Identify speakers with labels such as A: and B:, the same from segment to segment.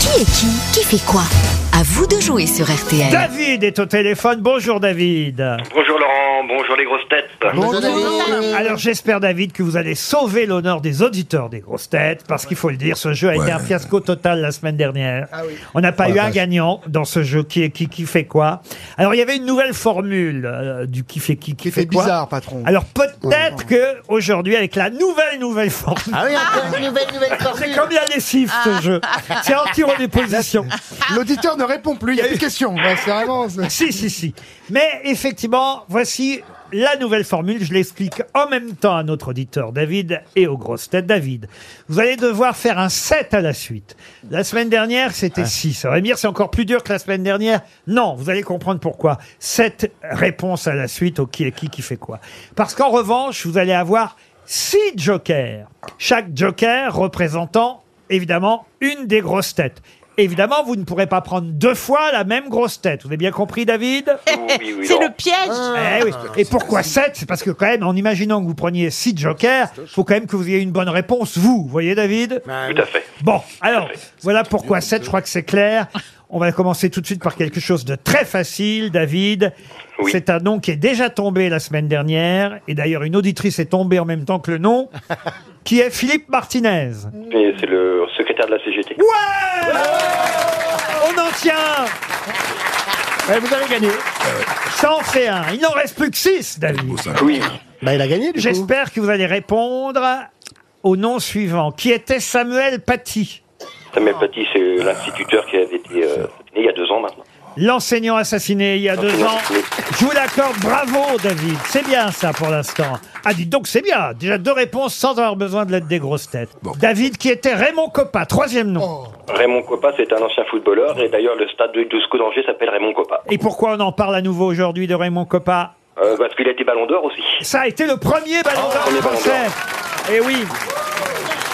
A: Qui est qui Qui fait quoi À vous de jouer sur RTL.
B: David est au téléphone. Bonjour David.
C: Bonjour Laurent, bonjour les grosses têtes.
B: Alors j'espère David que vous allez sauver l'honneur des auditeurs des grosses têtes parce qu'il faut le dire, ce jeu a été un fiasco total la semaine dernière.
D: Ah
B: On n'a pas eu un gagnant dans ce jeu qui est qui qui fait quoi. Alors il y avait une nouvelle formule euh, du qui fait qui qui,
D: Qui
B: fait,
D: fait
B: quoi.
D: bizarre, patron.
B: Alors peut-être que aujourd'hui avec la nouvelle nouvelle formule.
D: Ah oui,
E: nouvelle, Ah. nouvelle
B: C'est comme la lessive ce jeu. C'est anti-redéposition.
D: L'auditeur ne répond plus, il n'y a plus de questions. Ouais, c'est vraiment. c'est-
B: Ah, Si, si, si. Mais effectivement, voici la nouvelle formule. Je l'explique en même temps à notre auditeur David et aux grosses têtes David. Vous allez devoir faire un 7 à la suite. La semaine dernière, c'était 6. On va me dire, c'est encore plus dur que la semaine dernière. Non, vous allez comprendre pourquoi. 7 réponses à la suite au qui est qui qui fait quoi. Parce qu'en revanche, vous allez avoir 6 jokers. Chaque joker représentant, évidemment, une des grosses têtes. Évidemment, vous ne pourrez pas prendre deux fois la même grosse tête. Vous avez bien compris, David
C: Oui, oui,
E: C'est
C: Laurent.
E: le piège.
B: Eh oui. Et pourquoi 7 C'est parce que quand même, en imaginant que vous preniez 6 jokers, faut quand même que vous ayez une bonne réponse, vous, vous voyez David
C: Tout à fait.
B: Bon, alors, voilà pourquoi 7, je crois que c'est clair. On va commencer tout de suite par quelque chose de très facile, David.
C: Oui.
B: C'est un nom qui est déjà tombé la semaine dernière, et d'ailleurs une auditrice est tombée en même temps que le nom, qui est Philippe Martinez.
C: Et c'est le secrétaire de la CGT.
B: Ouais On en tient
D: vous avez gagné.
B: Ça en fait un. Il n'en reste plus que 6, David.
C: Oui.
D: Bah, il a gagné, du coup.
B: J'espère que vous allez répondre au nom suivant, qui était Samuel Paty,
C: Samuel Paty, c'est l'instituteur qui avait été euh, né il y a deux ans maintenant.
B: l'enseignant assassiné il y a deux ans. Je vous l'accorde, bravo David, c'est bien ça pour l'instant. Ah dites donc c'est bien, déjà deux réponses sans avoir besoin de l'aide des grosses têtes. David qui était Raymond Coppa, troisième nom.
C: Raymond Coppa, c'est un ancien footballeur et d'ailleurs le stade de Dousco d'Angers s'appelle Raymond Coppa.
B: Et pourquoi on en parle à nouveau aujourd'hui de Raymond Coppa
C: Euh, parce qu'il a été ballon d'or aussi.
B: Ça a été le premier ballon d'or
C: premier Ballon
B: français. Et oui.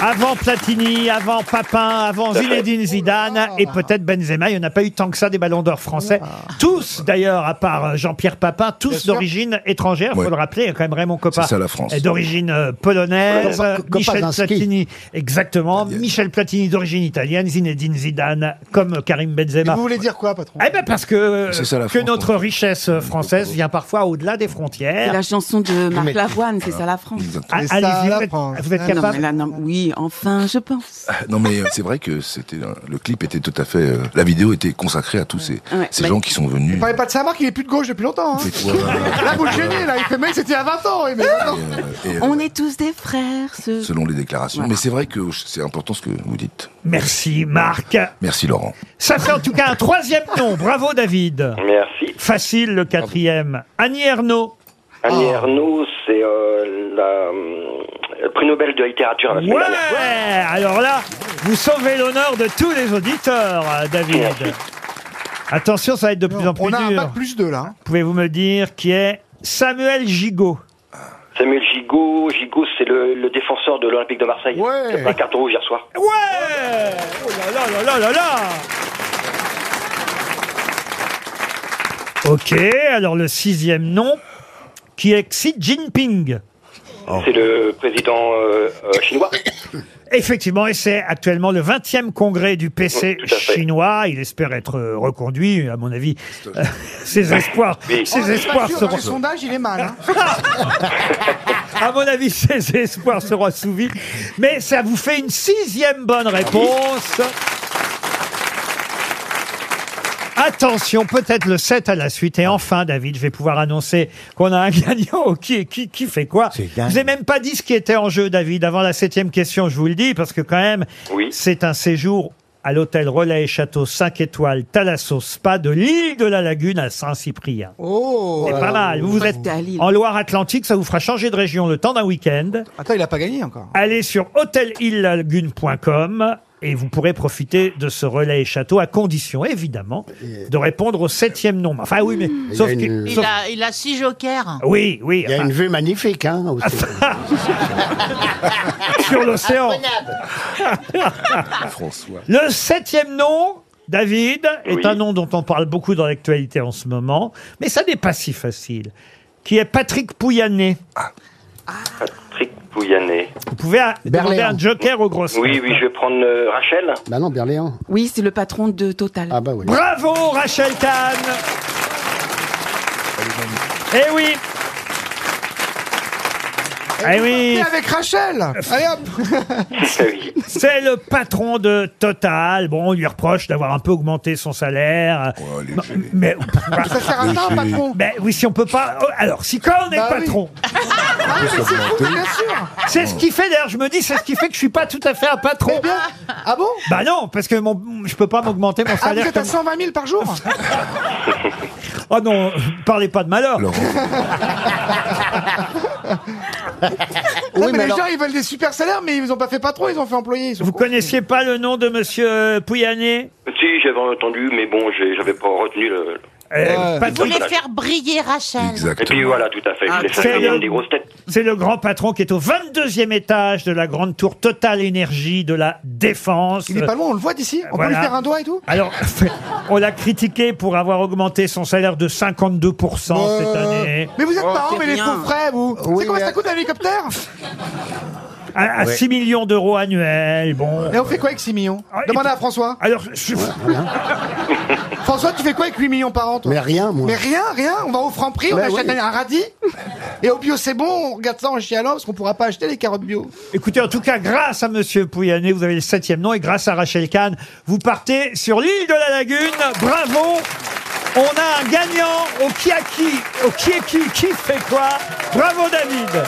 B: Avant Platini, avant Papin, avant
C: Tout à fait.
B: Zinedine Zidane et peut-être Benzema. Il n'y en a pas eu tant que ça des ballons d'or français.
F: Ah.
B: Tous d'ailleurs, à part euh, Jean-Pierre Papin, tous
D: sûr.
B: d'origine étrangère. Il faut
F: Ouais.
B: le rappeler, il y a quand même Raymond Coppa.
F: C'est ça, la France.
B: est D'origine euh, polonaise.
D: Coppa- Coppa
B: Michel
D: d'un ski.
B: Platini, exactement.
F: Yeah.
B: Michel Platini d'origine italienne. Zinedine Zidane comme Karim
D: Et
B: Benzema.
D: vous voulez dire quoi, patron
B: Eh ben parce que,
F: C'est ça, la
B: que
F: France,
B: notre richesse euh, française vient parfois au-delà des
G: C'est
B: frontières.
G: la chanson de Marc Lavoine, c'est ça la France.
F: Exactement.
B: Ah,
D: Mais ça,
B: Allez-y,
D: la
B: vous êtes-
D: France.
B: vous êtes
G: Ah non, mais
B: capable
G: là, non, oui, enfin, je pense.
F: Non mais euh, c'est vrai que c'était euh, le clip était tout à fait euh, la vidéo était consacrée à tous ces,
G: Ouais,
F: ces
G: bah,
F: gens qui sont venus.
D: Vous parlez pas de Saint-Marc, il est plus de gauche depuis longtemps. hein.
F: Et toi, euh,
D: Là, vous le gênez, là. Il fait mec, c'était à 20 ans. oui, Mais maintenant-
F: euh, et, euh,
G: On est tous des frères. ce-
F: selon les déclarations.
G: Voilà.
F: Mais c'est vrai que c'est important ce que vous dites.
B: Merci Marc.
F: Merci Laurent.
B: Ça fait en tout cas un troisième nom. Bravo David.
C: Merci.
B: Facile le quatrième. Annie Ernaux.
C: Annie Ernaux, c'est euh, la euh, prix Nobel de littérature à la semaine
B: Ouais
C: dernière.
B: Alors là, vous sauvez l'honneur de tous les auditeurs, euh, David. Attention, ça va être de plus en plus
D: On a un
B: dur.
D: bac plus 2, là. hein.
B: Pouvez-vous me dire qui est Samuel Gigot
C: Samuel Gigot, Gigot, c'est le, le défenseur de l'Olympique de Marseille.
D: Ouais.
C: Il a pris un carton rouge hier soir.
B: Ouais Oh là là là là là là Ok, alors le sixième nom, qui est Xi Jinping.
C: C'est le président euh, euh, chinois.
B: Effectivement, et c'est actuellement le 20e congrès du PC
C: Oui, tout à fait.
B: chinois. Il espère être euh, reconduit, à mon avis. ses espoirs,
C: Oui.
B: ses espoirs
D: Oh, sûr, dans
B: seront,
D: le sondage, il est mal. hein.
B: à mon avis, ses espoirs seront assouvis. Mais ça vous fait une sixième bonne réponse. Attention, peut-être le 7 à la suite. Et enfin, David, je vais pouvoir annoncer qu'on a un gagnant au qui, est qui, qui fait quoi. Je vous ai même pas dit ce qui était en jeu, David, avant la septième question, je vous le dis, parce que quand même,
C: Oui.
B: c'est un séjour à l'hôtel Relais et Château 5 étoiles Thalasso Spa de l'île de la Lagune à Saint-Cyprien.
D: Oh
B: C'est pas mal. Vous, vous
G: Parce
B: êtes
G: que t'es à Lille.
B: en Loire-Atlantique, ça vous fera changer de région le temps d'un week-end.
D: Attends, il a pas gagné encore.
B: Allez sur hotelillagune.com et vous pourrez profiter de ce relais et château à condition, évidemment, de répondre au septième nombre. Enfin oui, mais sauf
H: il y
B: que-
H: a une-
B: sauf-
E: a, il a six jokers.
B: Oui, oui.
H: Il y a
B: enfin,
H: une vue magnifique, hein, aussi.
B: sur l'océan.
F: François.
B: Le septième nom, David, est
C: Oui.
B: un nom dont on parle beaucoup dans l'actualité en ce moment, mais ça n'est pas si facile. Qui est Patrick Pouyanné.
C: Patrick Pouyanné.
B: Vous pouvez euh, demander
H: Berléand.
B: un joker aux grosses
C: Oui, oui, je vais prendre euh, Rachel.
H: Bah non, Berléand.
G: Oui, c'est le patron de Total.
H: Ah bah oui.
B: Bravo Rachel Kahn Eh oui Eh oui
D: Et avec Rachel Allez hop
C: oui.
B: C'est le patron de Total. Bon, on lui reproche d'avoir un peu augmenté son salaire.
F: Ouais, léger.
B: Non, mais,
D: Ça sert à ça, un
F: Monsieur.
D: patron
B: mais oui, si on peut pas. oh, Alors, si quand on est
D: Bah oui.
B: patron,
D: Ah, mais c'est fou, mais bien sûr
B: c'est ce qui fait d'ailleurs. Je me dis, c'est ce qui fait que je suis pas tout à fait un patron.
D: Eh bien, Ah bon
B: Bah non, parce que mon, je peux pas m'augmenter mon
D: Ah, vous
B: salaire.
D: êtes à
B: comme-
D: 120 000 par jour
B: Oh non, parlez pas de malheur.
F: Laurent,
D: Non,
H: Oui,
D: mais
H: mais
D: les
H: alors-
D: gens, ils veulent des super salaires, mais ils ont pas fait patron, ils ont fait employé. Ils sont
B: Vous
D: cons.
B: connaissiez pas le nom de Monsieur Pouyanné
C: Si, j'avais entendu, mais bon, j'ai- j'avais pas retenu le.
B: Euh,
E: Vous
B: Patrick,
E: voulez faire briller Rachel.
C: Et puis
F: exactement.
C: voilà, tout à fait. Je l'ai
B: c'est
C: fait comme
B: le-
C: des grosses têtes.
B: C'est le grand patron qui est au 22e étage de la grande tour Total Énergie de la Défense.
D: Il est pas loin, on le voit d'ici On
B: Voilà.
D: peut lui faire un doigt et tout
B: Alors, on l'a critiqué pour avoir augmenté son salaire de 52% cette
D: Euh,
B: année,
D: Mais vous êtes marrant,
G: c'est
D: mais les
G: rien.
D: faux frais, vous
H: Oui,
D: C'est combien
H: mais-
D: ça coûte un hélicoptère
B: à, à 6 millions d'euros annuels. Bon.
D: Et on fait quoi avec 6 millions
B: Ah, et
D: Demandez
B: puis-
D: à François.
B: Alors, je-
D: François, tu fais quoi avec 8 millions par an, toi
H: Mais rien, moi.
D: Mais rien, rien. On va au franc prix, on
H: Mais
D: achète
H: oui.
D: un radis. Et au bio, c'est bon. On regarde ça en chialant parce qu'on pourra pas acheter les carottes bio.
B: écoutez, en tout cas, grâce à Monsieur Pouyanné, vous avez le septième nom, et grâce à Rachel Kahn, vous partez sur l'île de la Lagune. Bravo On a un gagnant au qui a qui, au qui est qui, qui fait quoi. Bravo David